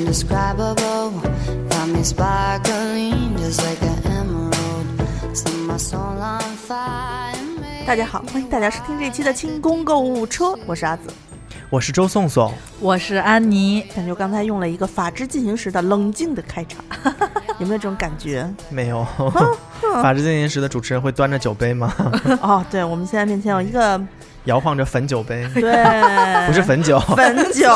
indescribable. Got me sparkling just like an emerald. Set my soul on fire. and made 大家好，欢迎大家收听这一期的清空购物车，我是阿紫。我是周颂颂，我是安妮，感觉刚才用了一个《法制进行时》的冷静的开场， 有没有这种感觉？没啊有。法制进行时的主持人会端着酒杯吗？ 哦，对，我们现在面前有一个摇晃着粉酒 杯， 对，不是汾酒，汾酒，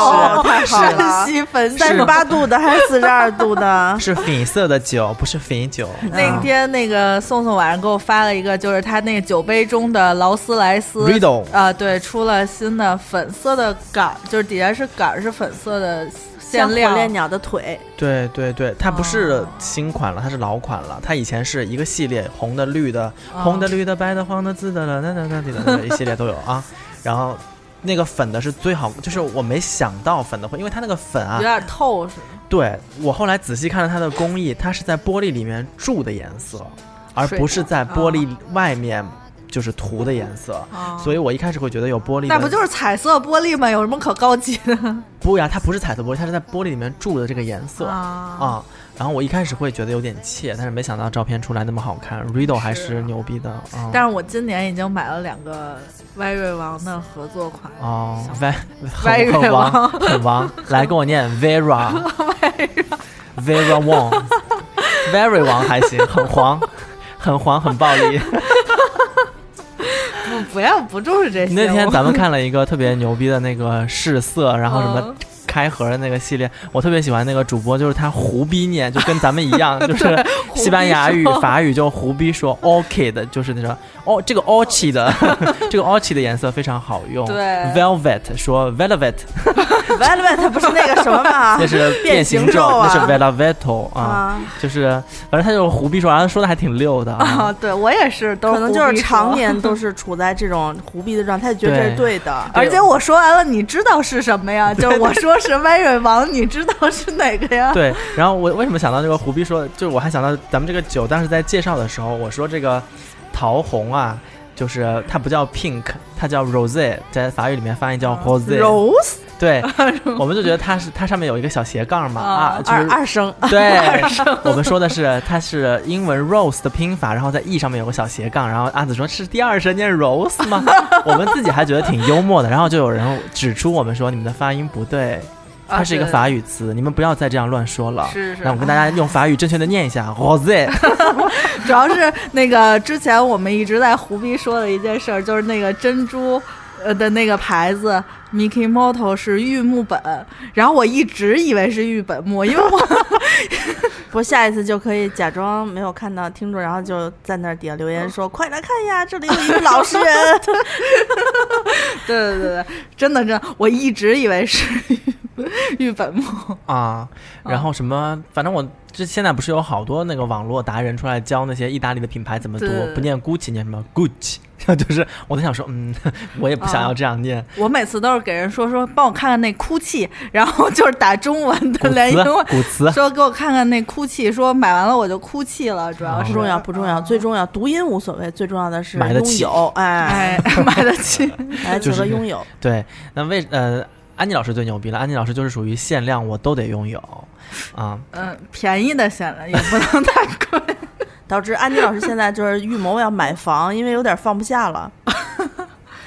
太好啊了陕，西粉三十八度的还是四十二度 的？ 是粉色的酒，不是汾酒。啊那天那个宋宋晚上给我发了一个，就是他那个酒杯中的劳斯莱斯 Riddle 啊，对，出了新的粉色的杆儿，就是底下是杆儿是粉色的像限火量。烈鸟的 腿，对对对，它不是哦新款了，它是老款了。它以前是一个系列，红的、绿的、哦红的、绿的、白的、黄的、紫的了，那那那那那一系列都有啊。然后那个粉的是最好，就是我没想到粉的会，因为它那个粉啊有，点透是对我后来仔细看了它的工艺，它是在玻璃里面注的颜色，而水不是在啊玻璃外面就是涂的颜色。吗？所以以我一开始会觉得有玻璃的，那不就是彩色玻璃吗？有什么可高级的不呀？它不是彩色玻璃，它是在玻璃里面注的这个颜色啊啊？然后我一开始会觉得有点怯，但是没想到照片出来那么好看，Riddle 还是牛逼的啊！ 但是我今年已经买了两个歪瑞王的合作款，哦，歪 歪很月很王王很王，来跟我念 Vera Vera Wong Very 王还行，很黄，很黄，很暴力。不不要不重视这些。那天我咱们看了一个特别牛逼的那个试色，然后什么嗯开盒的那个系列，我特别喜欢那个主播，就是他胡逼念，就跟咱们一 样，就是胡西班牙逼语说、法语就胡逼说 orchid，就是那种哦，这个 orchid 的 这个 orchid 的颜色非常好用。对，velvet 说 velvet， Velvet 不是那个什么吗那？ 是啊变变形形咒啊那是 velveto 啊，啊，就是反正他就是胡逼说，然后说的还挺溜的啊哦啊，。对我 也是，都可能胡就是逼常说年都是处在这种胡逼的状态，他就觉得这是对的。而且我说完了，你知道是什 么呀？就是我说是歪瑞王，你知道是哪个 呀？对，然后我为什么想到这个胡逼说，就是我还想到咱们这个酒当时在介绍的时候，我说这个桃红啊，就是它不叫 pink，它叫 rose，在法语里面翻译叫啊 rose。 Rose 对，我们就觉得它是它上面有一个小斜杠嘛，啊啊，就二是。二声， 对，我们说的是它是英文 rose 的拼法，然后在 e 上面有个小斜杠，然后阿紫说是第二声念 rose 吗？我们自己还觉得挺幽默的，然后就有人指出我们说你们的发音不对，它是一个法语。语词，你们不要再这样乱说了。啊是是那我跟大家用法语正确的念一下 rose， 主要是那个之前我们一直在胡逼说的一件事儿，就是那个珍珠。呃的那个牌子 Mickey Moto 是玉木本，然后我一直以为是玉本木，因 为我不，下一次就可以假装没有看到听众，然后就在那儿底下留嗯言说：“快来看呀， 这里有一个老实人。对对对对，真的真的，我一直以为是玉玉本木， 啊，嗯然后什么，反正我这现在不是有好多那个网络达人出来教那些意大利的品牌怎么读对，不念 Gucci，念什么 Gucci，就是 我在想说，嗯， 我也不啊想要这样 念，我每次都是给人说说帮我看看那哭泣，然后就是打中文古的连英文词，啊古词，说给我看看那哭泣，说买完了我就哭泣了，主要”哦是不重要，不重嗯要，最重要读音无所谓，最重要的是买得拥起有，哎， 哎买得起，来就几个是拥有，对，那为呃，安妮老师最牛逼了，安妮老师就是属于限量我都得拥有，啊，嗯，便宜的显得也不能太贵，导致安妮老师现在就是预谋要买房，因为有点放不下 了。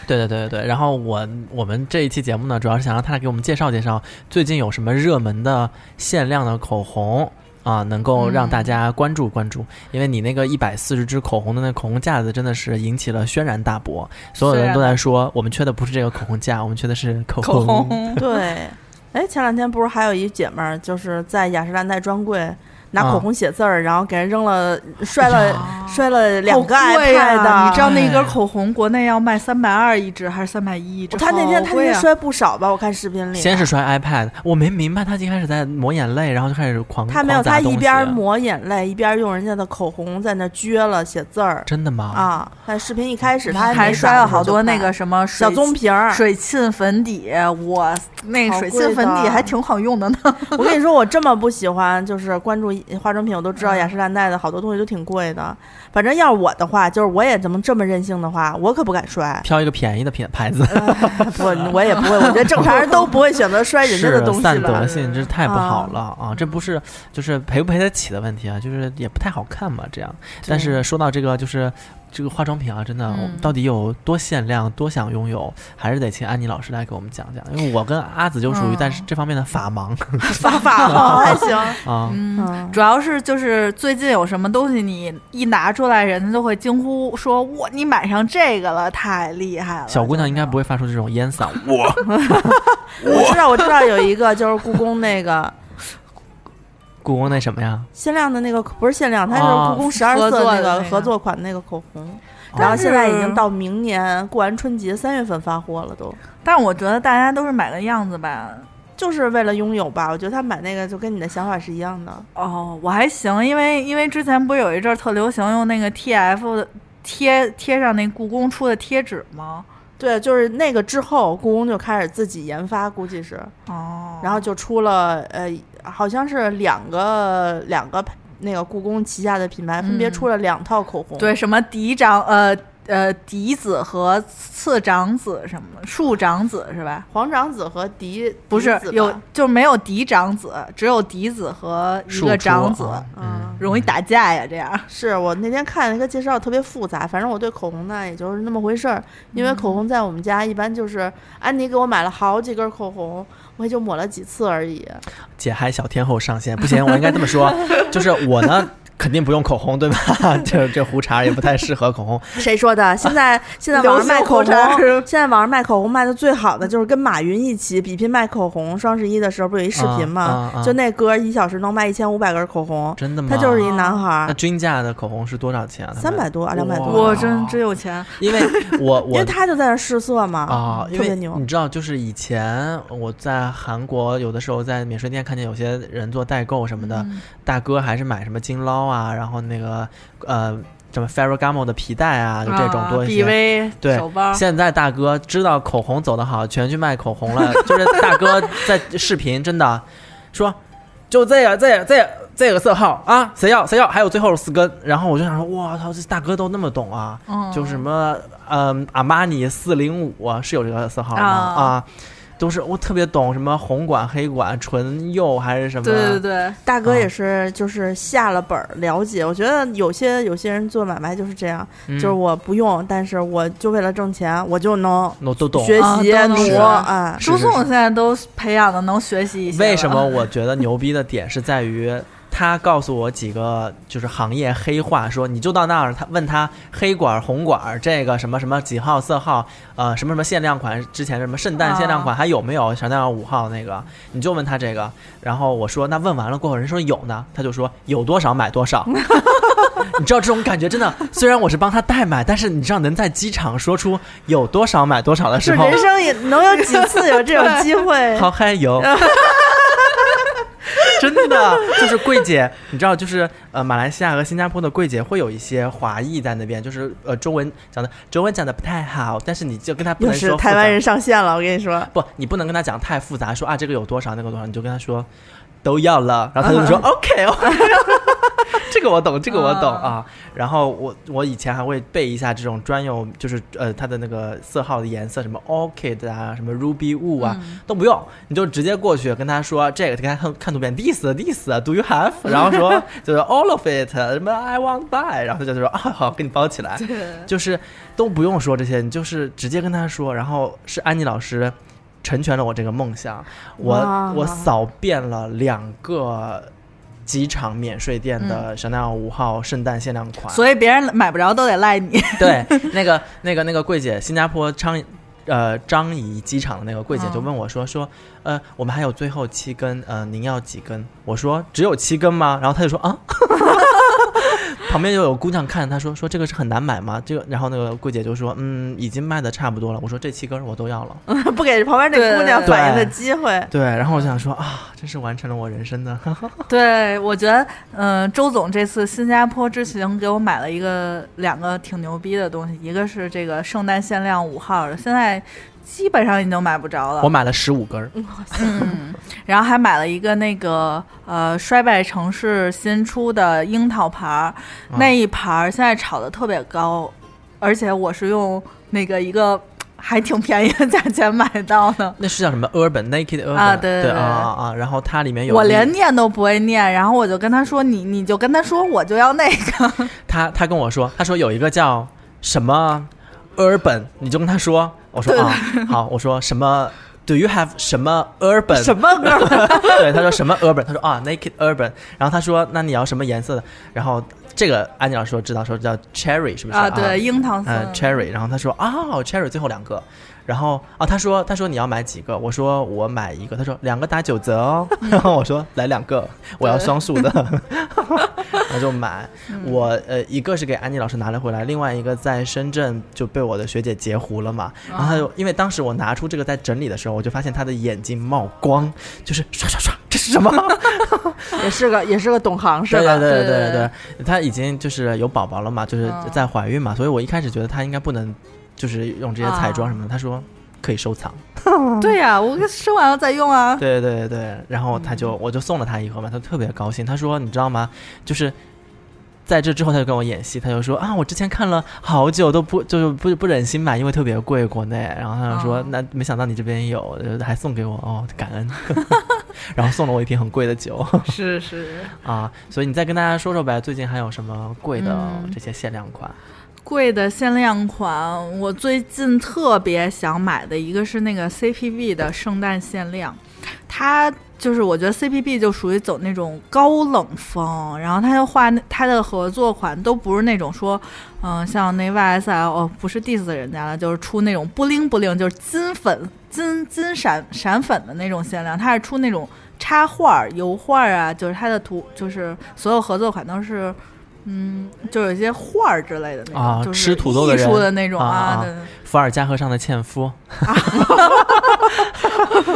对对对对对，然后我我们这一期节目呢，主要是想让他来给我们介绍介绍最近有什么热门的限量的口红啊，能够让大嗯家关注关注。因为你那个一百四十支口红的那口红架子真的是引起了轩然大波，所有啊人都在说我们缺的不是这个口红架，我们缺的是 口口红。对，哎，前两天不是还有一姐们儿，就是在雅诗兰黛专柜拿口红写字儿，然后给人扔了，摔了，摔了两个 iPad 啊哎好贵呀的。啊你知道那一根口红国内要卖三百二一支还是三百一一支？他那天好他那贵天啊摔不少吧？我看视频里， 先是摔 iPad，我没明白他一开始在抹眼泪，然后就开始狂他没有，狂砸他嗯东一西啊边抹眼泪一边用人家的口红在那撅了写字儿真的吗？。啊。看视频一开始他还没摔打了的时候好多就那看个什么小棕瓶儿。水沁粉底，我那个好水贵沁粉的底还挺好用的呢。我跟你说，我这么不喜欢就是关注化妆品，我都知道雅诗兰黛的好多东西都挺贵的。反正要是我的话，就是我也怎么这么任性的话，我可不敢摔 挑一个便宜的品牌子，我我也不会，我觉得正常人都不会选择摔人家的是东西散了嗯德。性，这太不好了啊！这不是就是赔不赔得起的问题啊，就是也不太好看嘛，这样。但是说到这个，就是这个化妆品啊，真的、嗯到底有多限量、多想拥有，还是得请安妮老师来给我们讲讲，因为我跟阿紫就属于嗯但是这方面的法盲发发 好还行。啊。嗯，主要是就是最近有什么东西，你一拿出来，人家就会惊呼说：“哇，你买上这个了，太厉害了！”小姑娘应该不会发出这种烟嗓， 我知道，我知道有一个就是故宫那个故宫那什么呀？限量的那个，不是限量，它哦是故宫十二色合作那的那个个合作款那个口红。哦然后现在已经到明年过完春节三月份发货了，都但我觉得大家都是买个样子吧。就是为了拥有吧。我觉得他买那个就跟你的想法是一样的。哦，我还行，因为因为之前不是有一阵儿特流行用那个 TF 的贴贴上那故宫出的贴纸吗？对，就是那个之后，故宫就开始自己研发，估计是，哦，然后就出了呃，好像是两个两个那个故宫旗下的品牌分别嗯出了两套口红。对什么嫡长呃呃嫡子和次长子什么庶长子是吧？皇长子和嫡不是嫡子吧有就没有嫡长子，只有嫡子和一庶出个长子，啊嗯嗯，容易打架呀。这样，是我那天看了一个介绍，特别复杂。反正我对口红呢，也就是那么回事儿。因为口红在我们家一般就是安妮给我买了好几根口红，我也就抹了几次而已。姐嗨小天后上线，不行，我应该这么说，就是我呢。肯定不用口红，对吧？ 这这胡茬也不太适合口红。谁说的？现 在现在网上卖口红流行红，现在网上卖口红卖的最好的就是跟马云一起比拼卖口红。双十一的时候不有一视频吗？啊啊啊就那哥一小时能卖一千五百根口红，真的吗？他就是一男孩那儿，均价的口红是多少钱啊？他们300多啊200多哇哇，真真有钱。因为 我因我为他就在那儿试色嘛，啊，因特别为牛你。知道，就是以前我在韩国有的时候在免税店看见有些人做代购什么的，嗯大哥还是买什么金捞啊，然后那个呃什么 Ferragamo 的皮带啊，就这种啊多一比些。威对手包，现在大哥知道口红走得好，全去卖口红 了。就是大哥在视频真的说，就这个这个这个这个色号啊，谁要谁要，还有最后四根。然后我就想说，哇操，这大哥都那么懂啊！嗯就是什么嗯，阿玛尼四零五是有这个色号吗？啊啊，都是我特别懂什么红管、黑管、唇釉还是什么？对对对，大哥啊也是，就是下了本儿了解。我觉得有些有些人做买卖就是这样，嗯就是我不用，但是我就为了挣钱，我就能我都懂。学啊习都能是挪啊。是输是送现在都培养的能学习一些。为什么？我觉得牛逼的点是在 于，他告诉我几个就是行业黑话，说你就到那儿，他问他黑管、红管这个什么什么几号色号，呃，什么什么限量款，之前什么圣诞限量啊款还有没有？闪亮五号那个，你就问他这个。然后我说那问完了过后，人说有呢，他就说有多少买 多少。你知道这种感觉真的，虽然我是帮他代买，但是你知道能在机场说出有多少买多少的就时候，？人生也能有几次有这种机会 好嗨哟！真的就是柜姐，你知道，就是呃，马来西亚和新加坡的柜姐会有一些华裔在那边，就是呃，中文讲的中文讲的不太好，但是你就跟他不 又能是说台复杂湾人，上线了，我跟你说， 不，你不能跟他讲太复杂，说啊这个有多少，那个多少，你就跟他说都要了，然后他就说 OK 哦。这个我懂，这个我懂啊。然后我我以前还会背一下这种专有，就是呃它的那个色号的颜色，什么 orchid 啊，什么 ruby wood 啊，都不用，你就直接过去跟他说这个，给他看看图片，this this do you have？然后说就是 all of it，什么 I want buy，然后他就说啊好，给你包起来，就是都不用说这些，你就是直接跟他说，然后是安妮老师。成全了我这个梦想，我哇我扫遍了两个机场免税店的 Chanel 五号圣诞限量款。 所以别人买不着都得 赖你。对，那个那个那个柜姐，新加坡昌呃樟宜机场的那个柜姐嗯就问我说、说呃我们还有最后七根，呃您要几根？我说只有七根吗？然后她就说啊。 旁边就有姑娘看，她说说这个是很难买吗？这个，然后那个柜姐就说，嗯，已经卖的差不多了。我说这七根我都要了。嗯不给旁边那姑娘对反应的机会。 对，然后我想说啊，真是完成了我人生 的对，我觉得，嗯、周总这次新加坡之行给我买了一个两个挺牛逼的东西，一个是这个圣诞限量五号的，现在基本上你都买不着了我。买了十五根儿，嗯，然后还买了一个那个呃衰败城市新出的樱桃牌啊儿，那一盘儿现在炒的特别高，而且我是用那个一个还挺便宜的价钱买到的。那是叫什么 Urban Naked Urban 啊对对对对啊啊啊！然后它里面有我那连念都不会念，然后我就跟他说：“你你就跟他说，我就要 那个。他他跟我说，他说有一个叫什么 Urban，你就跟他说，我说对啊好，我说什么 Do you have 什么 Urban？什么歌？对，他说什么 Urban？他说啊 Naked Urban，然后他说那你要什么颜色的？然后这个安妮老师说知道说叫 Cherry 是不”是 啊，对，樱桃色。嗯、c h e r r y 然后他说啊、c h e r r y 最后两个，然后啊，他说他说你要买几个？我说我买一个，他说两个打九折哦，然后我说来两个，我要双数的， 我就买。我呃一个是给安妮老师拿了回来，另外一个在深圳就被我的学姐截胡了嘛。然后她就因为当时我拿出这个在整理的时候，我就发现她的眼睛冒光，就是刷刷刷，这是什么？也是个也是个懂行是吧？对对对对对对，她已经就是有宝宝了嘛，就是嗯在怀孕嘛，所以我一开始觉得她应该不能就是用这些彩妆什么的，她说。可以收藏，对呀、我收完了再用啊。对对对对，然后她就、我就送了她一盒嘛，她特别高兴，她说你知道吗？就是在这之后，她就跟我演戏，她就说啊，我之前看了好久都不就是不不忍心买，因为特别贵国内，然后她就说、哦那没想到你这边有，呃还送给我哦，感恩，然后送了我一瓶很贵的酒，是是，啊，所以你再跟大家说说呗，最近还有什么贵的嗯这些限量款？贵的限量款，我最近特别想买的一个是那个 CPB 的圣诞限量，它就是我觉得 CPB 就属于走那种高冷风，然后它又画那它的合作款都不是那种说，嗯、像那 YSL 哦不是 diss 人家了，就是出那种不灵不灵，就是金粉金金闪闪粉的那种限量，它是出那种插画儿油画儿啊，就是它的图就是所有合作款都是。嗯，就有一些画儿之类的那种，啊就是吃土豆的艺术人的那种啊啊对对对伏尔加河上的纤夫，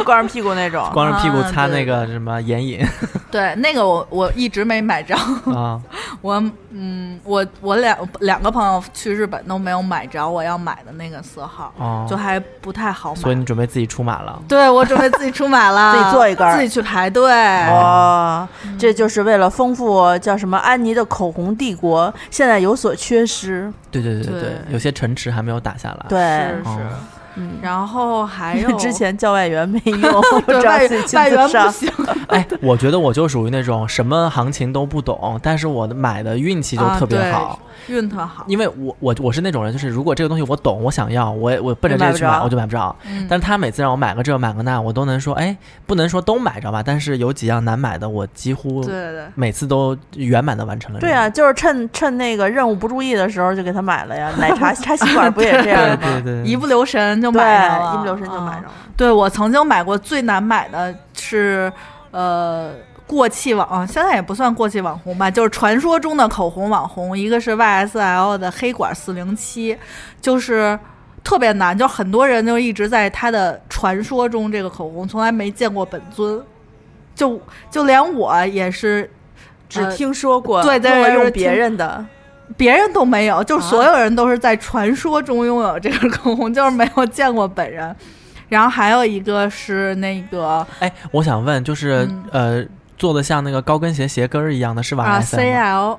光着屁股那种。光着屁股擦啊对那个什么眼影对，那个我我一直没买着，啊，我嗯，我我两两个朋友去日本都没有买着我要买的那个色号，哦 就还不太好所以买。你准备自己出马了？对我准备自己出马了， 自己做一根儿哦自己去排队。哇，这就是为了丰富叫什么安妮的口红帝国，现在有所缺失。对对对对对，有些城池还没有打下来。对啊是，哦是，嗯然后还有之前叫外援没 用，对我只好外自己亲外援自不上。行，哎，我觉得我就属于那种什么行情都不懂，但是我的买的运气就啊特别对好，运特好。因为我我我是那种人，就是如果这个东西我懂，我想要，我我奔着这买个不去买，着我就买不着。嗯但是他每次让我买个这买个那，我都能说，哎，不能说都买着吧，但是有几样难买的，我几乎对对对。每次都圆满的完成了。对啊，，就是趁趁那个任务不注意的时候就给他买了呀。奶 茶插吸管不也这样啊对吗对？对，一不留神就对，买着了，一不留神就买嗯着了。对我曾经买过最难买的是，呃，过气网、啊现在也不算过气网红吧，就是传说中的口红网红，一个是 YSL 的黑管四零七，就是。特别难，就很多人就一直在他的传说中，这个口红从来没见过本尊，就就连我也是呃只听说过，嗯对对用了对用对别听人的，别人都没有，就是啊所有人都是在传说中拥有这个口红， 就是没有见过本人。然后还有一个是那个啊哎，我想问，就是、嗯呃，做的像那个高跟鞋鞋跟儿一样的是啊 YSL 吗、 ，CL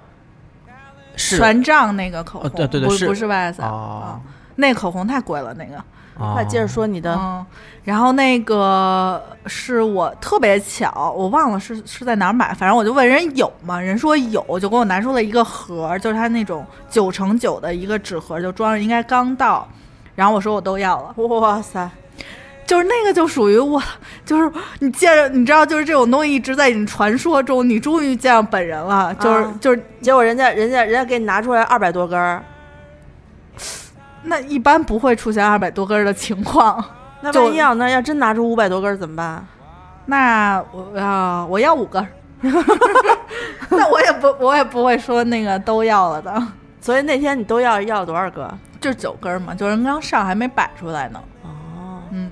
是船丈那个口红，哦对对对不是不是 YSL，、哦啊，那口红太贵了那个。哦快接着说你的。嗯，然后那个是我特别巧，我忘了是是在哪儿买，反正我就问人有吗？人说有，就给我拿出了一个盒儿，就是它那种九乘九的一个纸盒，就装着应该刚到。然后我说我都要了，哇塞，就是那个就属于我，就是你见着，你知道，就是这种东西一直在你传说中，你终于见到本人了，就是、啊就是结果人家人家人家给你拿出来二百多根儿，那一般不会出现二百多根儿的情况。 那就万一要那要真拿出五百多根儿怎么办？那我啊，我要 五根儿， 那我也不我也不会说那个都要了的，所以那天你都要要了多少个？就九根儿嘛，就是刚上还没摆出来呢，哦，嗯，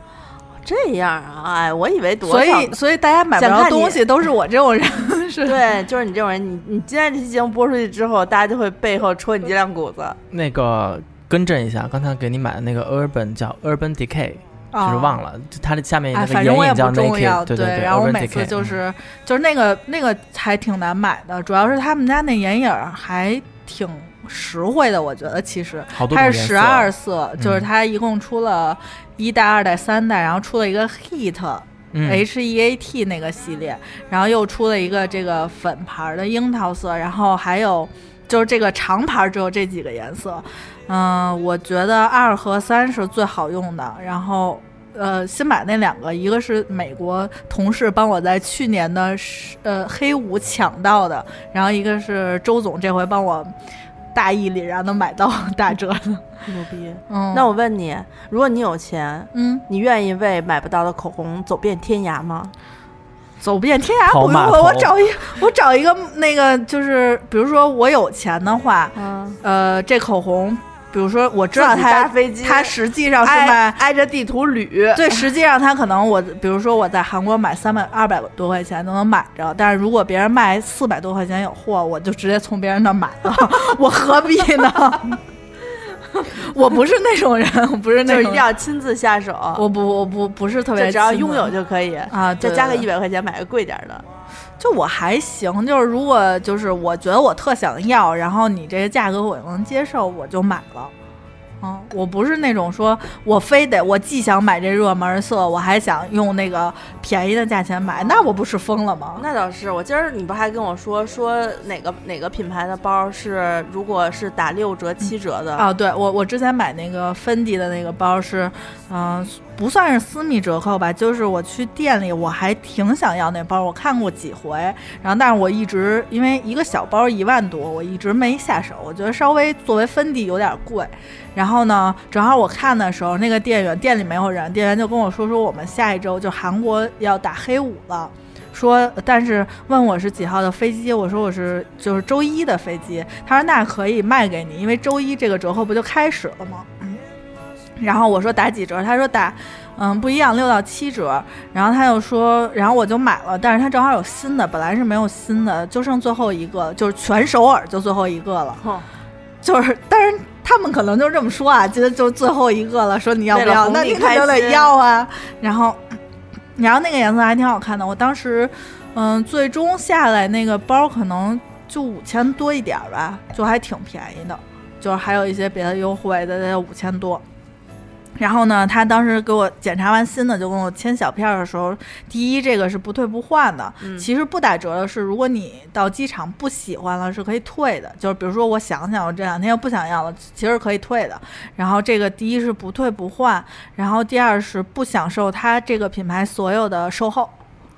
这样啊，哎，我以为多所少以所以大家买不想着看你东西都是我这种人， 是对，就是你这种人，你你今天这期节目播出去之后，大家就会背后戳你脊梁骨子。那个更正一下，刚才给你买的那个 Urban 叫 Urban Decay，就是哦忘了，就它的下面哎，那个眼反正我也影不叫重要， Naked，对对，然后我 Urban 每次 Decay 嗯就是就是那个那个还挺难买的，主要是他们家那眼影儿还挺实惠的，我觉得其实好多种它颜是色十二色，就是嗯它一共出了一代、二代、三代，然后出了一个 Heat、嗯 H E A T 那个系列，然后又出了一个这个粉牌儿的樱桃色，然后还有就是这个长牌儿只有这几个颜色。嗯，我觉得二和三是最好用的，然后。呃，新买那两个，一个是美国同事帮我在去年的十呃黑五抢到的，然后一个是周总这回帮我大义凛然的买到打折的。牛逼。嗯，那我问你，如果你有钱，嗯，你愿意为买不到的口红走遍天涯吗？走遍天涯跑不用码了，我头找一我找一个那个，就是比如说我有钱的话，嗯，呃，这口红，比如说我知道自己搭它飞机，哎它实际上是挨卖。挨着地图捋，对，实际上它可能我，比如说我在韩国买三百二百多块钱都能买着，但是如果别人卖四百多块钱有货，我就直接从别人那儿买了， 我何必呢？ 我不是那种人，我不就是那是一种定人，要亲自下手，我不我不不是特就别，只要拥有就可以啊再对加个一对对百块钱买个贵点儿的。就我还行，就是如果就是我觉得我特想要，然后你这个价格我能接受，我就买了。嗯，我不是那种说我非得我既想买这热门色，我还想用那个便宜的价钱买，那我不是疯了吗？那倒是，我今儿你不还跟我说说哪个哪个品牌的包是如果是打六折七折的，啊，对我我之前买那个芬迪的那个包是，嗯、不算是私密折扣吧，就是我去店里我还挺想要那包，我看过几回，然后但是我一直因为一个小包一万多，我一直没下手，我觉得稍微作为芬迪有点贵。然后呢，正好我看的时候，那个店员店里没有人，店员就跟我说说我们下一周就韩国要打黑五了。说，呃但是问我是几号的飞机，我说我是就是周一的飞机。他说那可以卖给你，因为周一这个折扣不就开始了吗？嗯然后我说打几折，他说打，嗯，不一样，六到七折。然后他又说，然后我就买了，但是他正好有新的，本来是没有新的，就剩最后一个，就是全首尔就最后一个了，哼就是，当然他们可能就这么说啊，觉得就最后一个了，说你要不为了要？哄那你你肯定开得心要啊。然后，然后那个颜色还挺好看的，我当时，嗯，最终下来那个包可能就五千多一点儿吧，就还挺便宜的，就是还有一些别的优惠的，得五千多。然后呢，他当时给我检查完新的，就跟我签小票的时候，第一这个是不退不换的，嗯其实不打折的是，如果你到机场不喜欢了是可以退的，就是比如说我想想，我这两天又不想要了，其实可以退的。然后这个第一是不退不换，然后第二是不享受它这个品牌所有的售后，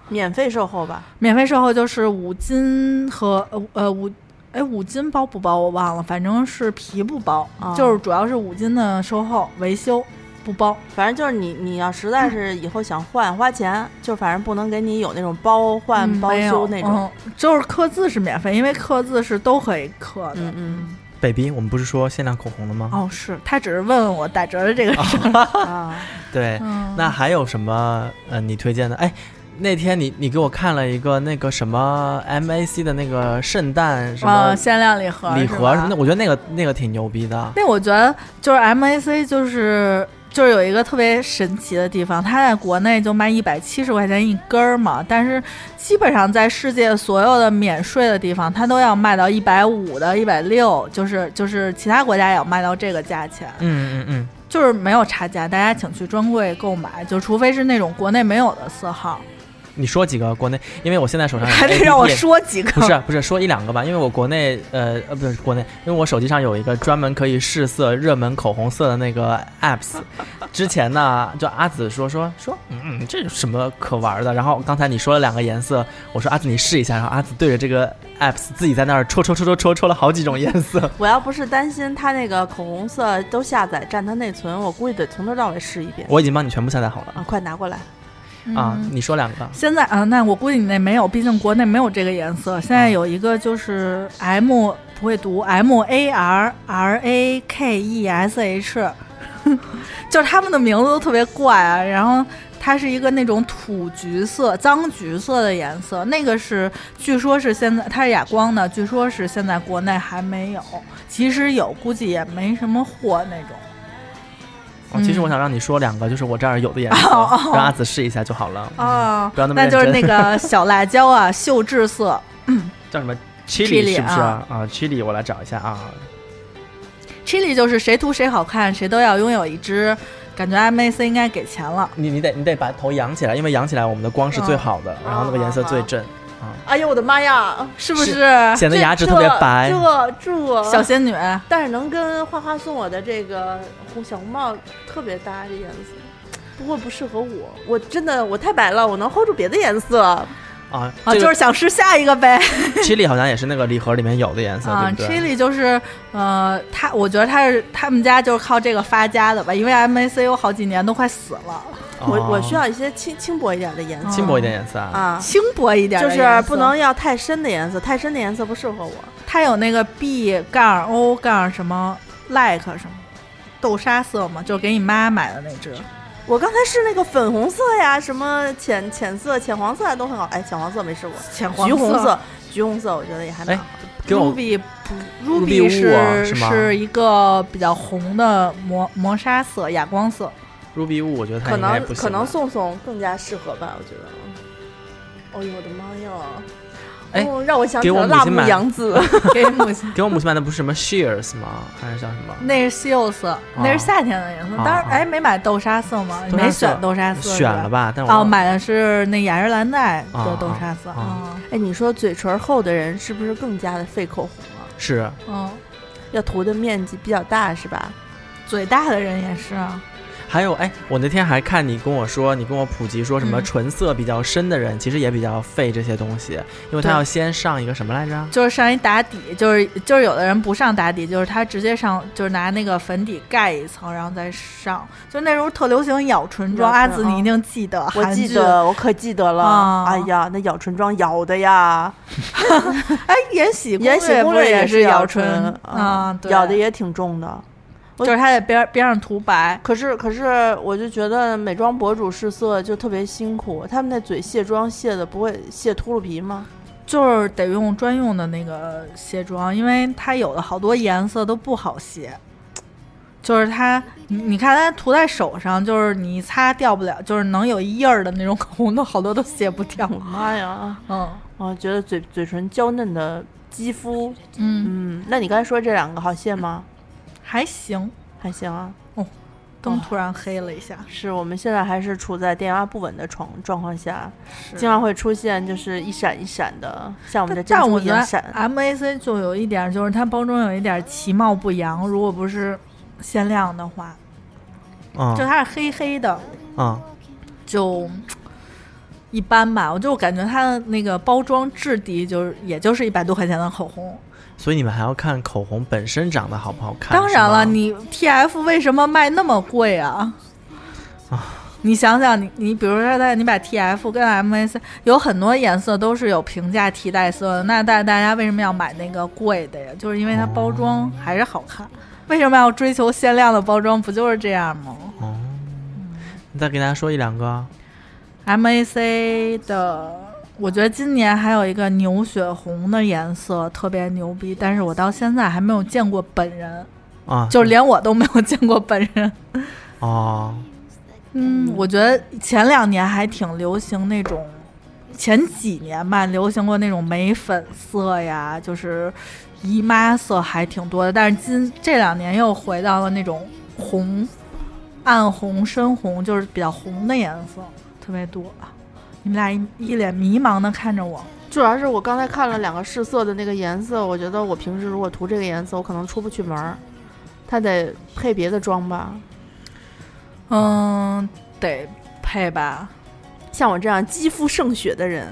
免费售后吧？免费售后就是五金和呃呃五。哎，五金包不包我忘了，反正是皮不包，哦就是主要是五金的售后维修不包。反正就是你你要实在是以后想换花钱，就反正不能给你有那种包换嗯包没有修那种。嗯就是刻字是免费，因为刻字是都可以刻的。嗯嗯 baby，我们不是说限量口红了吗？哦，是他只是问问我打折的这个事儿。啊，对，嗯那还有什么呃你推荐的？哎，那天你你给我看了一个那个什么 MAC 的那个圣诞 什么啊，限量礼盒，礼盒是什吧么的，。我觉得那个那个挺牛逼的。那我觉得就是 MAC 就是。就是有一个特别神奇的地方，它在国内就卖一百七十块钱一根儿嘛，但是基本上在世界所有的免税的地方，它都要卖到一百五的、一百六，就是就是其他国家也要卖到这个价钱。嗯嗯嗯，就是没有差价，大家请去专柜购买，就除非是那种国内没有的色号，你说几个国内？因为我现在手上有还得 APP 让我说几个。不是不是，说一两个吧，因为我国内呃呃不是国内，因为我手机上有一个专门可以试色热门口红色的那个 apps。之 前呢，就阿紫说说说，嗯嗯，这有什么可玩的？然后刚才你说了两个颜色，我说阿紫你试一下，然后阿紫对着这个 apps 自己在那儿戳戳戳戳戳戳了好几种颜色。 我要不是担心它那个口红色都下载占它内存，我估计得从头到尾试一遍我已经帮你全部下载好了啊！快拿过来，啊嗯，你说两个。现在啊，那我估计你那没有，毕竟国内没有这个颜色。现在有一个就是 M 不会读 M A R R A K E S H，就是他们的名字都特别怪啊。然后它是一个那种土橘色、脏橘色的颜色，那个是据说是现在它是哑光的，据说是现在国内还没有，其实有，估计也没什么货那种。哦，其实我想让你说两个，就是我这儿有的颜色，哦 哦让阿紫试一下就好了。哦嗯不要那么那就是认那真个小辣椒啊， 锈质色，叫什么 Chili， chili 是不是啊啊？chili 我来找一下啊。 chili 就是谁涂谁好看，谁都要拥有一支。感觉 MAC 应该给钱了。你你得你得把头扬起来，因为扬起来我们的光是最好的，然后那个颜色最正，哎呦我的妈呀，是不是是？显得牙齿特别白啊这。这这小仙女，啊但是能跟花花送我的这个红小红帽特别搭，这颜色。不过不适合我，我真的我太白了，我能 hold 住别的颜色。啊，啊，这就个是想吃下一个呗。 chili 好像也是那个礼盒里面有的颜色，啊对不对？ ，Chili 就是呃，他我觉得他是他们家就是靠这个发家的吧，因为 MAC 有好几年都快死了，我我哦需要一些轻轻薄一点的颜色轻薄一点颜色啊。啊，轻薄一点就的是颜色不能要太深的颜色，太深的颜色不适合我。它有那个 B 杠 O 杠什么 like 什么豆沙色嘛，就是给你妈买的那只。我刚才试那个粉红色呀，什么浅浅色、浅黄色都很好。哎，浅黄色没试过，浅黄橘红色色，橘红色我觉得也哎还蛮好。给我 Ruby 不 Ruby 雾啊是是吗一个比较红的磨磨砂色、哑光色。 ruby 雾，我觉得它可应该能不行。可能宋宋更加适合吧，我觉得。哎呦我的妈呀！哎哦，让我想起给我了母辣亲目买洋子。 给母亲，给我母亲买的不是什么 shears 吗？还是叫什么？那是柚色，那是夏天的颜色。啊当然，啊哎，没买豆沙色吗？豆没沙色选豆沙色，选了？吧，但我哦，买的是那雅诗兰黛的啊豆沙色。啊啊嗯哎，你说嘴唇厚的人是不是更加的费口红啊？是嗯，要涂的面积比较大是吧？嘴大的人也是啊。还有哎，我那天还看你跟我说，你跟我普及说什么嗯唇色比较深的人，其实也比较费这些东西，因为他对要先上一个什么来着？就是上一打底，就是就是有的人不上打底，就是他直接上，就是拿那个粉底盖一层，然后再上。就那时候特流行咬唇妆，咬唇阿紫啊你一定记得，我韩记剧，得，我可记得了。啊哎呀，那咬唇妆咬的呀，哎，《延禧延禧攻攻略也是咬唇啊，对咬的，也挺重的。就是他在边边上涂白，可是，可是，我就觉得美妆博主试色就特别辛苦，他们那嘴卸妆卸的不会卸秃噜皮吗？就是得用专用的那个卸妆，因为它有的好多颜色都不好卸。就是它，你你看它涂在手上，就是你一擦掉不了，就是能有一印儿的那种口 红，都好多都卸不掉。我妈呀！嗯我哦觉得嘴嘴唇娇嫩的肌 肤，嗯，嗯，那你刚才说这两个好卸吗？还行，还行啊，灯突然黑了一下，是我们现在还是处在电压不稳的状状况下，是经常会出现就是一闪一闪的，像我们的但珍但珠我一觉得样闪。 MAC 就有一点，就是它包装有一点其貌不扬，如果不是限量的话，嗯就它是黑黑的，嗯，就一般吧。我就感觉它的那个包装质地，就是也就是一百多块钱的口红。所以你们还要看口红本身长得好不好看。啊当然了，是吗你 TF 为什么卖那么贵啊？你想想，你你比如说它，你把 TF 跟 MAC 有很多颜色都是有平价替代色的，那大大家为什么要买那个贵的呀？就是因为它包装还是好看。为什么要追求限量的包装？不就是这样吗哦，你再给大家说一两个， ？MAC 的，我觉得今年还有一个牛血红的颜色特别牛逼，但是我到现在还没有见过本人，啊，就是连我都没有见过本人。哦，嗯，我觉得前两年还挺流行那种，前几年吧，流行过那种眉粉色呀，就是姨妈色还挺多的。但是今这两年又回到了那种红、暗红、深红，就是比较红的颜色特别多。你们俩一一脸迷茫的看着我，主要是我刚才看了两个试色的那个颜色，我觉得我平时如果涂这个颜色，我可能出不去门儿，它得配别的妆吧。嗯，得配吧。像我这样肌肤胜雪的人，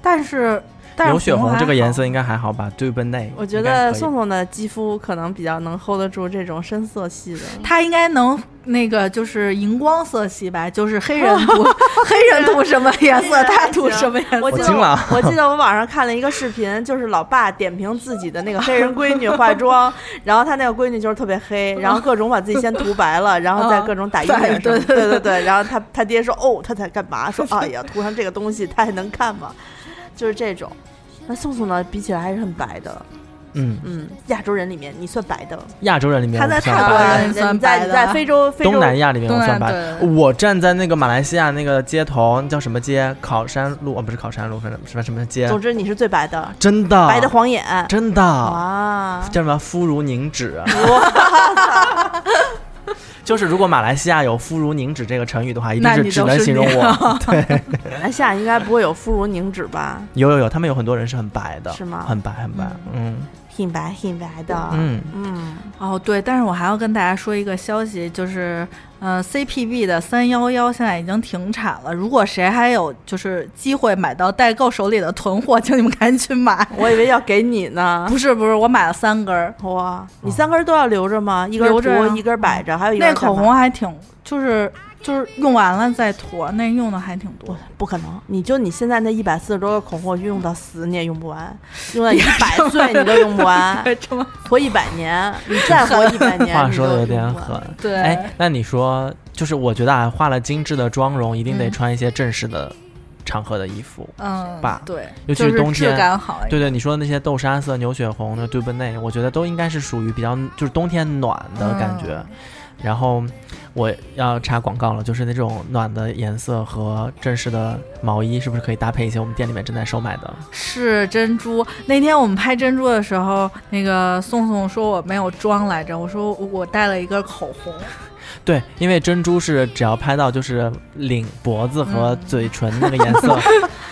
但是，但是牛血红还这个颜好色应该还好吧 d u b e n a 我觉得宋宋的肌肤可能比较能 hold 得住这种深色系的。他应该能那个就是荧光色系吧，就是黑人涂 黑人涂什么颜色，他涂什么颜 色。我记我得听了我记得我网上看了一个视频，就是老爸点评自己的那个黑人闺女化妆，然后他那个闺女就是特别黑，然后各种把自己先涂白了，然后再各种打晕染什么的。嗯对对 对对，然后他他爹说哦，他在干嘛？说哎呀，涂上这个东西他还能看吗？就是这种。那宋宋呢，比起来还是很白的，嗯，嗯，亚洲人里面你算白的，亚洲人里面他在我算泰国白人人，算你白在的你在非洲非洲东南亚里面我算白东啊南亚。对我站在那个马来西亚那个街头，那叫什么街？考山路啊，不是考山路，反正什么什么街？总之你是最白的，真的，白的晃眼真的啊！叫什么？肤如凝脂。啊 就是如果马来西亚有“肤如凝脂”这个成语的话，一定那是你只就能是形容你我。 对，马来西亚应该不会有肤如凝脂吧？有有有，他们有很多人是很白的，是吗很白很白，嗯挺白挺白的，嗯，嗯，哦，对，但是我还要跟大家说一个消息，就是，呃，CPB 的三幺幺现在已经停产了。如果谁还有就是机会买到代购手里的囤货，请你们赶紧去买。我以为要给你呢。 不是不是，我买了三根儿，哇，你三根儿都要留着吗？一根留儿着涂呀一根儿摆着，还有一根那儿干口嘛红啊还挺，就是就是用完了再涂，那用的还挺 多。不可能！你就你现在那一百四十多个口红，我用到死你也用不完，用到一百岁你都用不完，对，这么 活一百年，你再活一百年，话你说的都有用点不完狠。对哎，那你说，就是我觉得啊，化了精致的妆容，一定得嗯穿一些正式的场合的衣服。嗯吧，对，尤其就是冬质天感好一点。对对，你说的那些豆沙色、牛血红的、对不内，我觉得都应该是属于比较就是冬天暖的感觉。然后我要插广告了，就是那种暖的颜色和正式的毛衣，是不是可以搭配一些我们店里面正在售卖的？是珍珠。那天我们拍珍珠的时候，那个宋宋说我没有妆来着，我说我带了一根口红。啊对，因为珍珠是只要拍到就是领、脖子和嘴唇那个颜色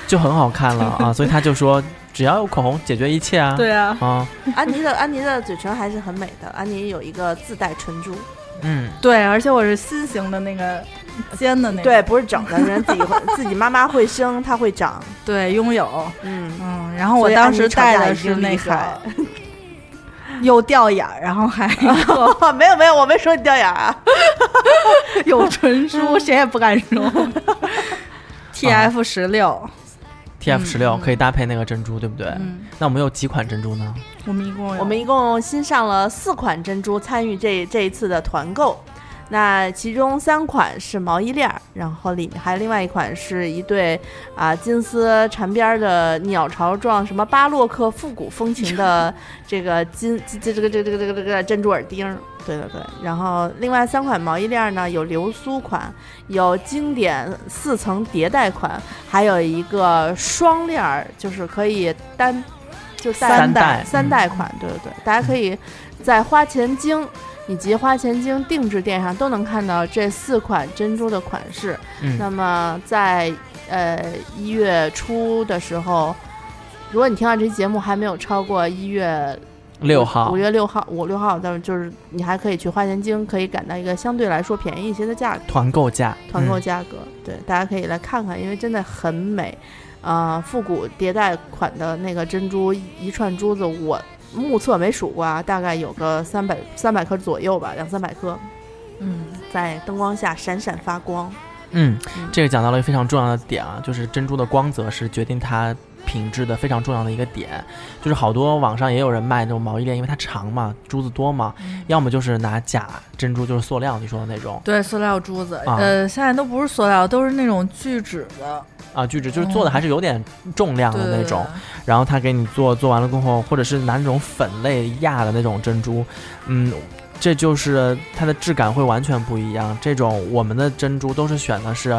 就很好看了啊，所以他就说只要有口红解决一切啊。啊，啊，安妮的安妮的嘴唇还是很美的，安妮有一个自带唇珠，嗯，对，而且我是心形的那个尖的那个，对，不是整的，人自己会自己妈妈会生，它会长，对，拥有。 嗯， 嗯，然后我所以当安妮时吵戴架的已是经那厉个害又掉眼儿，然 后还 没有没有，我没说你掉眼儿啊，有唇嗯珠，谁也不敢说。T F 十六， T F 十六可以搭配那个珍珠，对不对？嗯，那我们有几款珍珠呢？我们一共有我们一共新上了四款珍珠参与这这一次的团购，那其中三款是毛衣链儿，然后里还有另外一款是一对啊、金丝缠边儿的鸟巢状什么巴洛克复古风情的这个金这这这个这个这个这个这个珍珠耳钉儿。对对对，然后另外三款毛衣链儿呢，有流苏款，有经典四层迭代款，还有一个双链儿，就是可以单就带三代嗯三代款，对对对，大家可以在花钱精以及花钱精定制店上都能看到这四款珍珠的款式。嗯那么在呃一月初的时候，如果你听到这期节目还没有超过一月六号五，月六号、五六号，但是就是你还可以去花钱精，可以赶到一个相对来说便宜一些的价格。团购价，团购嗯价格，对，大家可以来看看，因为真的很美。啊、复古迭代款的那个珍珠一串珠子，我目测没数过啊，大概有个三百三百颗左右吧，两三百颗，嗯，在灯光下闪闪发光。嗯嗯，这个讲到了一个非常重要的点啊，就是珍珠的光泽是决定它品质的非常重要的一个点。就是好多网上也有人卖那种毛衣链，因为它长嘛，珠子多嘛，要么就是拿假珍珠，就是塑料你说的那种嗯对，塑料珠子，啊呃，现在都不是塑料，都是那种聚酯的啊，聚酯，就是做的还是有点重量对的对那对种。然后他给你做做完了过后，或者是拿那种粉类压的那种珍珠，嗯，这就是它的质感会完全不一样。这种我们的珍珠都是选的是，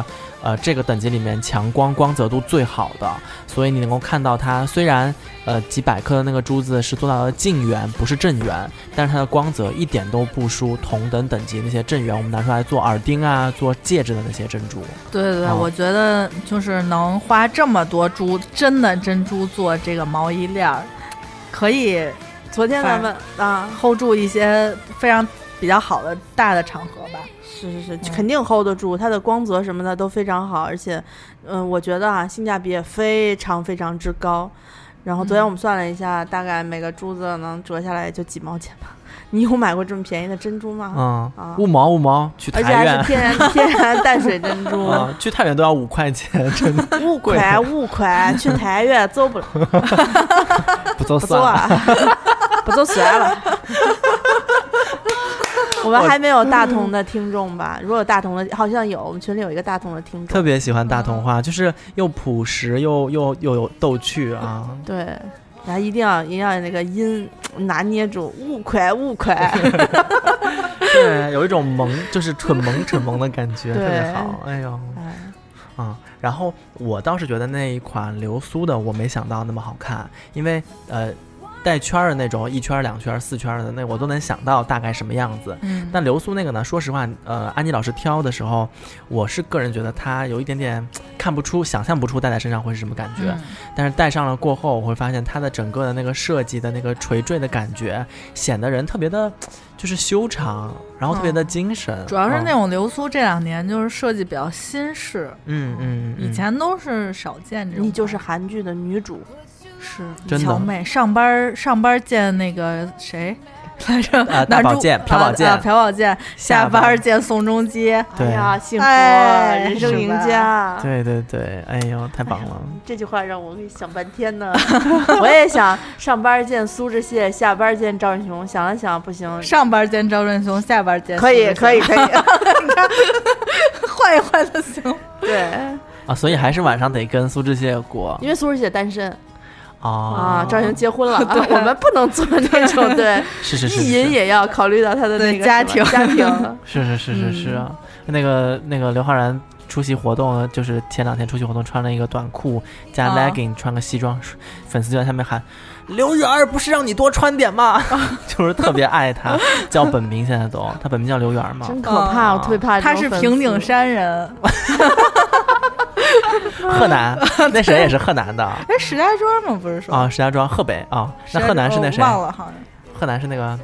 呃，这个等级里面强光光泽度最好的，所以你能够看到它虽然呃几百克的那个珠子是做到了近圆，不是正圆，但是它的光泽一点都不输同等等级那些正圆我们拿出来做耳钉啊、做戒指的那些珍珠。对对对，啊我觉哦得就是能花这么多珠，真的珍珠做这个毛衣链儿，可以昨天咱们啊， hold 住一些非常比较好的大的场合吧。是是嗯是，肯定 hold 得住，它的光泽什么的都非常好，而且，嗯，我觉得啊，性价比也非常非常之高。然后昨嗯天我们算了一下，大概每个珠子能折下来也就几毛钱吧。你有买过这么便宜的珍珠吗？嗯啊，五毛五毛去而且台还是。院天然天然淡水珍 珠，啊，去太原都要五块钱，真的勿贵快勿快，去台越走 不了，不做不走啊，不走算了。 我们还没有大嗯同的听众吧？如果有大同的，好像有，我们群里有一个大同的听特众。别喜欢大同花，就是又朴实又又又有逗趣啊。对，然后一定要一定要那个音拿捏住，勿快勿快。对，有一种萌，就是蠢萌蠢萌的感觉，特对别好。哎呦，哎嗯，然后我倒是觉得那一款流苏的，我没想到那么好看，因为呃，带圈儿的那种，一圈儿、两圈儿、四圈儿的那我都能想到大概什么样子。嗯但流苏那个呢，说实话，呃，安妮老师挑的时候，我是个人觉得它有一点点嘖看不出、想象不出戴在身上会是什么感觉。但是戴上了过后，我会发现它的整个的那个设计的那个垂坠的感觉，显得人特别的，嘖就是修长，然后特别的精神。主要是那种，种流苏这两年就是设计比较新式，嗯嗯，嗯以前都是少见这种款。你就是韩剧的女主，是真的乔妹上班儿上班儿见那个谁 来着？啊大男保主健朴宝啊啊剑朴宝剑下班儿见宋仲基，哎对呀，幸福啊，哎人生赢家。对对对，哎呦，太棒 了！这句话让我给想半天呢，我也想上班见苏志燮，下班见赵仁雄，想了想不行，上班儿见赵振雄，下班儿见可以可以可以，以换一换就行。对，啊，所以还是晚上得跟苏志燮过因为苏志燮单身啊啊，赵仁雄结婚了，啊我们不能做那种对是是是意是，淫也要考虑到他的那对个家什么家庭是是是是是啊，嗯那个那个刘昊然出席活动，就是前两天出席活动穿了一个短裤加啊 legging，穿个西装，粉丝就在下面喊。刘源儿不是让你多穿点吗？ 就是特别爱 他，叫本名现在都，他本名叫刘源儿嘛。真可怕，哦我特别怕这他种是粉平丝顶山人，河 南，那谁也是河南的哎，石家庄吗？不是说啊，石家庄河北啊。石那家河南是那哦谁？忘了，好像河南是那个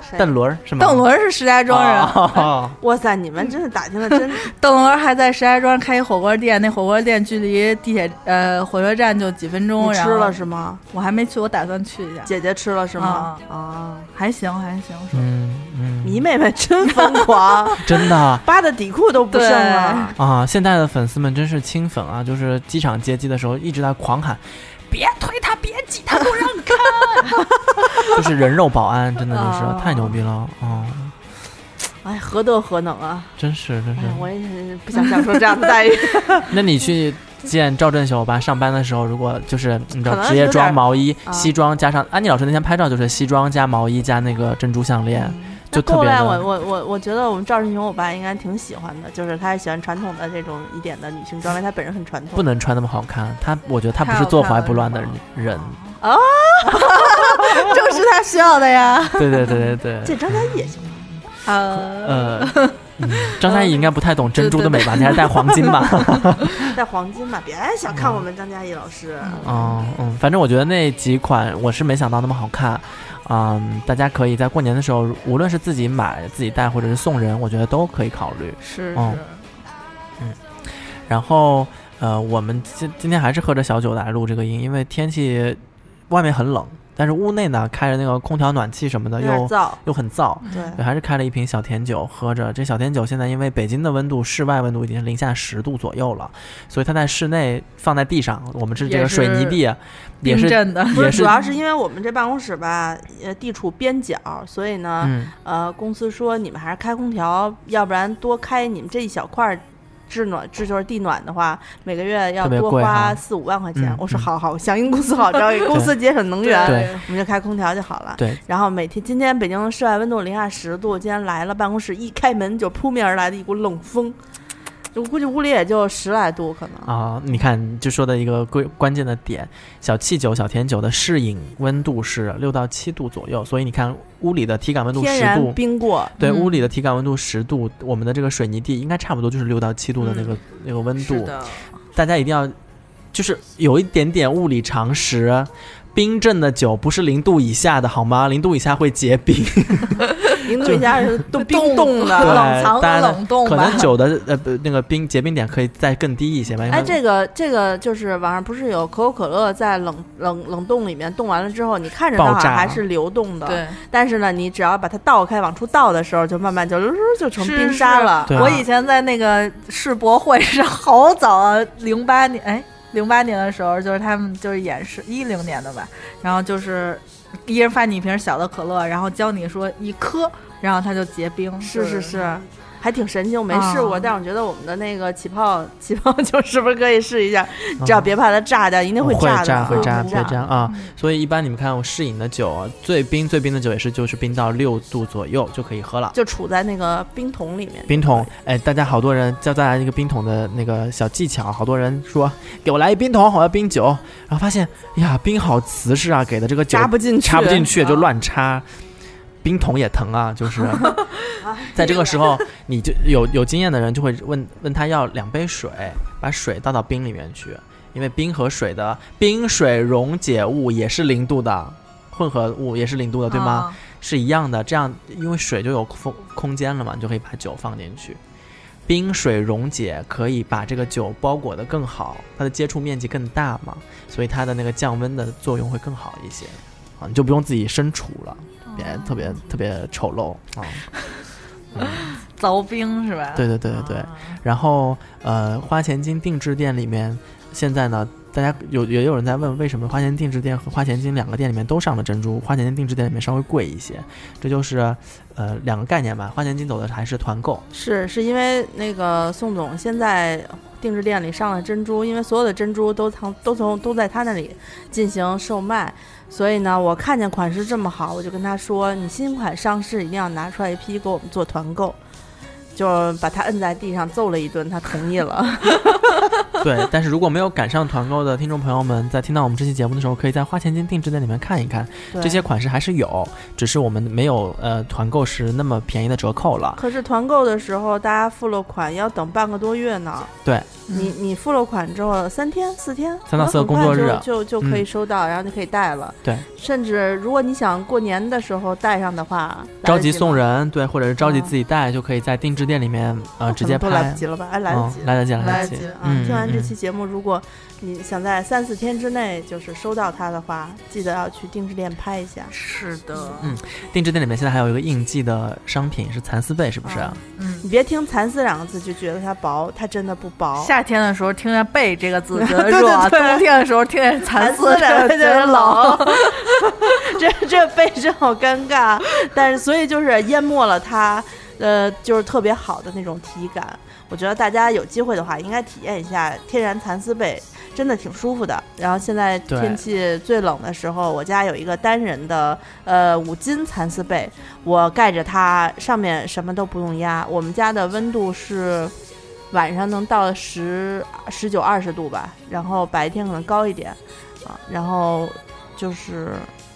谁邓伦儿是吗？邓伦是石家庄人，哦哇塞，你们真是打听的 真邓伦还在石家庄开一火锅店，那火锅店距离地铁呃火车站就几分钟。你吃然后了是吗？我还没去，我打算去一下。姐姐吃了是吗？啊，还行还行，嗯嗯，迷妹们真疯狂， 真的扒的底裤都不剩了。啊！现在的粉丝们真是清粉啊，就是机场接机的时候一直在狂喊，别推他，别挤他，不让看，就是人肉保安，真的就是、哦太牛逼了啊！哎，何德何能啊！真是真哎是。呀，我也是不想享受这样的待遇。那你去见赵振秀吧，上班的时候如果就是你知可道能职业有装点毛衣、啊西装加上安妮老师那天拍照就是西装加毛衣加那个珍珠项链， 就嗯那特够别了呀，的我我我我觉得我们赵世雄我爸应该挺喜欢的，就是他也喜欢传统的这种一点的女性装，因为他本人很传不统。能穿那么好看。他我觉得他不太是好坐看怀了不是乱的吗人， 正是他需要的 呀。对对对对对。这张嘉译也行，呃，呃，嗯张嘉译应该不太懂珍珠的美吧？你还是戴黄金吧。戴黄金嘛，别小看我们张嘉译老师。哦，嗯，反正我觉得那几款我是没想到那么好看。嗯，大家可以在过年的时候，无论是自己买、自己戴，或者是送人，我觉得都可以考虑。是哦是，然后，呃，我们今今天还是喝着小酒来录这个音，因为天气外面很冷，但是屋内呢开着那个空调、暖气什么的，有啊点又燥，又很燥。对，对，还是开了一瓶小甜酒喝着。这小甜酒现在因为北京的温度，室外温度已经零下十度左右了，所以它在室内放在地上，我们是这也个水泥是地，也冰是镇的。不也是，是主要是因为我们这办公室吧，呃，地处边角，所以呢，嗯，呃，公司说你们还是开空调，要不然多开你们这一小块儿制暖，制就是地暖的话，每个月要特别多贵花哈四五万块钱。嗯我说嗯好好，响应公司号召，给公司节省能源，对我们就开空调就好了。对，然后每天，今天北京室外温度零下十度，今天来了办公室一开门就扑面而来的一股冷风，我估计屋里也就十来度可能。啊，你看，就说的一个关关键的点，小汽酒、小甜酒的适饮温度是六到七度左右，所以你看屋里的体感温度天十然度，冰 过，对，嗯屋里的体感温度十度，我们的这个水泥地应该差不多就是六到七度的那个、嗯那个温是度，的，大家一定要就是有一点点物理常识。冰镇的酒不是零度以下的好吗？零度以下会结冰，零度以下是 冻冰冻冻啊的对，。冷藏和大家冷冻可吧能酒的呃不那个冰结冰点可以再更低一些吧。因为哎，这个这个就是网上不是有可口可乐在冷冷冷冻里面冻完了之后，你看着它爆好像炸啊还是流动的，对，但是呢，你只要把它倒开往出倒的时候，就慢慢就噜噜就成是冰沙了。对啊我以前在那个世博会上，好早啊，零八年，哎，零八年的时候，就是他们就是演示一零年的吧，然后就是一人发你一瓶小的可乐，然后教你说一磕，然后它就结冰。哦是是是，还挺神奇，我没试过，啊但我觉得我们的那个起泡起泡 酒是不是可以试一下？嗯只要别怕它炸掉，一定啊会炸炸的，嗯会炸会会炸啊！所以一般你们看我试饮的酒啊，最冰最冰的酒也是就是冰到六度左右就可以喝了。就杵在那个冰桶里面。冰桶，哎，大家好多人教大家一个冰桶的那个小技巧，好多人说给我来一冰桶，我要冰酒，然后发现哎呀，冰好瓷实啊，给的这个酒扎不进去，插不进去啊就。乱插，冰桶也疼啊，就是 在这个时候，你就有有经验的人就会问问他要两杯水，把水倒到冰里面去，因为冰和水的冰水溶解物也是零度的。混合物也是零度的，对吗？啊？是一样的。这样，因为水就有空空间了嘛，你就可以把酒放进去。冰水溶解可以把这个酒包裹得更好，它的接触面积更大嘛，所以它的那个降温的作用会更好一些啊，你就不用自己身处了，别特别特别丑陋啊。凿冰是吧？啊对对对对对。然后呃，花钱精定制店里面现在呢，大家有也有人在问，为什么花钱定制店和花钱精两个店里面都上了珍珠，花钱精定制店里面稍微贵一些，这就是呃两个概念吧。花钱精走的还是 团购，是是因为那个宋总现在定制店里上了珍珠，因为所有的珍珠都从都从都在他那里进行售卖，所以呢，我看见款式这么好，我就跟他说，你新款上市一定要拿出来一批给我们做团购。就把他摁在地上揍了一顿，他同意了。对。但是如果没有赶上团购的听众朋友们，在听到我们这期节目的时候，可以在花钱精定制店里面看一看，对这些款式还是有，只是我们没有呃团购时那么便宜的折扣了。可是团购的时候，大家付了款要等半个多月呢。对，你你付了款之后，三天四天，三到四个很快工作日嗯就就就可以收到，然后就可以带了。对，甚至如果你想过年的时候带上的话，来着得及急送吗，人，对，或者是着急嗯哦自己带，就可以在定制店里面呃直可接能都来拍不。及了吧？哎，来得及。嗯、来得及，来得得及啊嗯，听完这嗯期节目，如果你想在三四天之内就是收到它的话，记得要去定制店拍一下。是的，定制店里面现在还有一个应季的商品是蚕丝被，是不是？啊嗯。你别听“蚕丝”两个字就觉得它薄，它真的不薄。夏天的时候听见“背”这个字 觉得对对热，啊对冬天的时候听见“蚕丝”这的个字觉得冷。， 这这非常好尴尬。但是所以就是淹没了它，呃，就是特别好的那种体感。我觉得大家有机会的话，应该体验一下天然蚕丝被，真的挺舒服的。然后现在对天气最冷的时候，我家有一个单人的呃五金蚕丝被，我盖着它，上面什么都不用压。我们家的温度是晚上能到十十九二十度吧，然后白天可能高一点啊。然后就是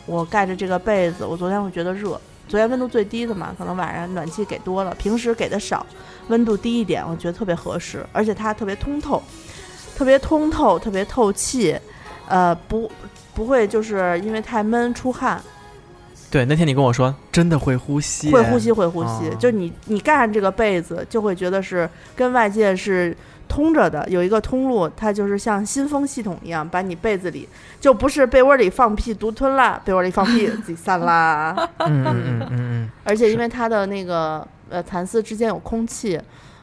我盖着这个被子，我昨天会觉得热，昨天温度最低的嘛，可能晚上暖气给多了，平时给的少，温度低一点，我觉得特别合适，而且它特别通透，特别通透，特别透气，呃，不不会就是因为太闷出汗。对，那天你跟我说真的会呼吸，会呼吸，会呼吸。哦就你你盖上这个被子，就会觉得是跟外界是通着的，有一个通路，它就是像新风系统一样，把你被子里就不是被窝里放屁独吞啦，被窝里放屁自己散啦。嗯。嗯嗯嗯嗯而且是因为它的那个呃蚕丝之间有空气，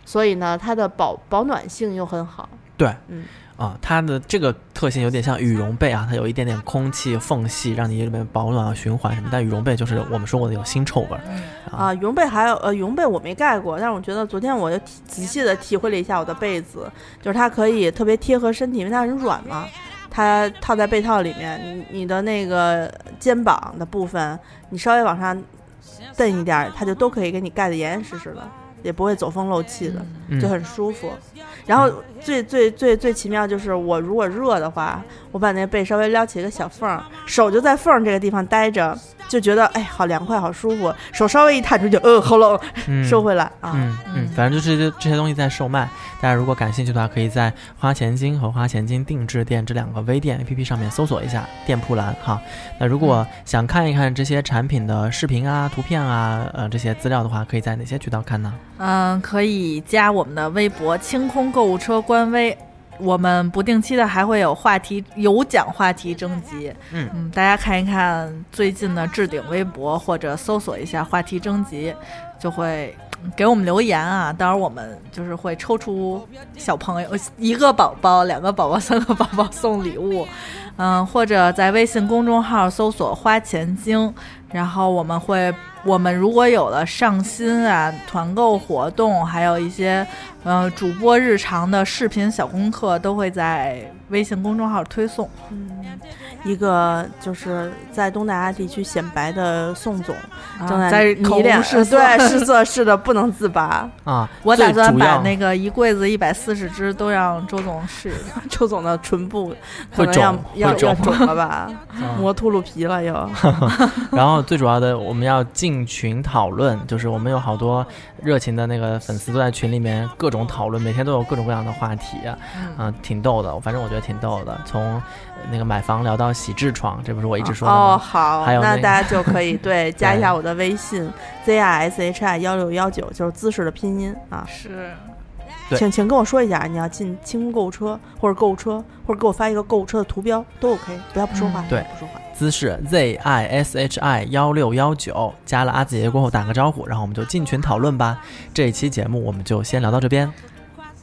所以呢它的保保暖性又很好。嗯，对，嗯啊，它的这个特性有点像羽绒被啊，它有一点点空气缝隙，让你里面保暖啊、循环什么。但羽绒被就是我们说过的有腥臭味儿，啊，绒被还有呃，绒被我没盖过，但是我觉得昨天我就体仔细的体会了一下我的被子，就是它可以特别贴合身体，因为它很软嘛。它套在被套里面，你你的那个肩膀的部分，你稍微往上蹬一点儿，它就都可以给你盖得严严实实的，也不会走风漏气的，嗯就很舒服。然后最最最最奇妙就是，我如果热的话，我把那被稍微撩起一个小缝儿，手就在缝儿这个地方待着，就觉得哎，好凉快，好舒服。手稍微一探出去，呃，喉咙嗯收回来啊。嗯嗯，反正就是这这些东西在售卖，大家如果感兴趣的话，可以在花钱精和花钱精定制店这两个微店 APP 上面搜索一下店铺栏哈。那如果嗯想看一看这些产品的视频啊、图片啊、呃这些资料的话，可以在哪些渠道看呢？嗯，可以加我们的微博“清空购物车”官微。我们不定期的还会有话题有奖话题征集，嗯大家看一看最近的置顶微博或者搜索一下话题征集，就会给我们留言啊，到时候我们就是会抽出小朋友一个宝宝、两个宝宝、三个宝宝送礼物，嗯，或者在微信公众号搜索“花钱精”，然后我们会，我们如果有了上新啊、团购活动，还有一些呃主播日常的视频小功课，都会在微信公众号推送。一个就是在东南亚地区显摆的宋总，啊正在迷口恋 无是色对失色是的不能自拔。 啊，我打最算主把要那个一柜子一百四十只都让周总试一下。周总的唇部可会能肿要要会要肿肿了 吧，嗯磨秃噜皮了又。然后最主要的，我们要进群讨论，就是我们有好多热情的那个粉丝都在群里面各种讨论，每天都有各种各样的话题啊，嗯啊挺逗的，反正我觉得挺逗的。从呃那个买房聊到洗痔疮，这不是我一直说的哦，吗？好，啊还有那那个大家就可 以对加一下我的微信 z i s h i 幺六幺九，就是姿势的拼音啊。是，对请请跟我说一下，你要进清空购物车，或者购物车，或者给我发一个购物车的图标都 OK，不要不说话，嗯对不说话。姿势 Z I S H I 幺六幺九，加了阿紫姐姐过后打个招呼，然后我们就进群讨论吧。这一期节目我们就先聊到这边，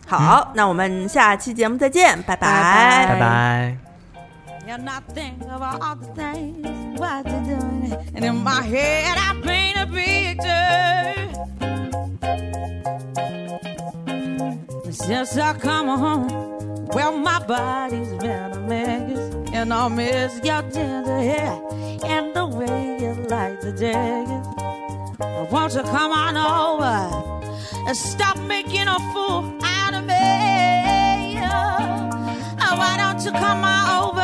好，那我们下期节目再见，拜拜嗯拜拜。 And I think about all the things what you're doing. And in my head, I paint a picture. Since I come home, well, my body's been a mess. And I miss your tender hair and the way you like to dig it. Won't you come on over? and stop making a fool out of me. Oh, why don't you come on over Oh,